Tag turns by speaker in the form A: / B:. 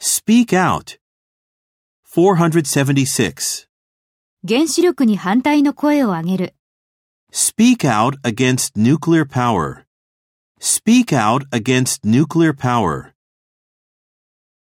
A: Speak out. 476.
B: 原子力に反対の声を上げる。
A: Speak out against nuclear power. Speak out against nuclear power.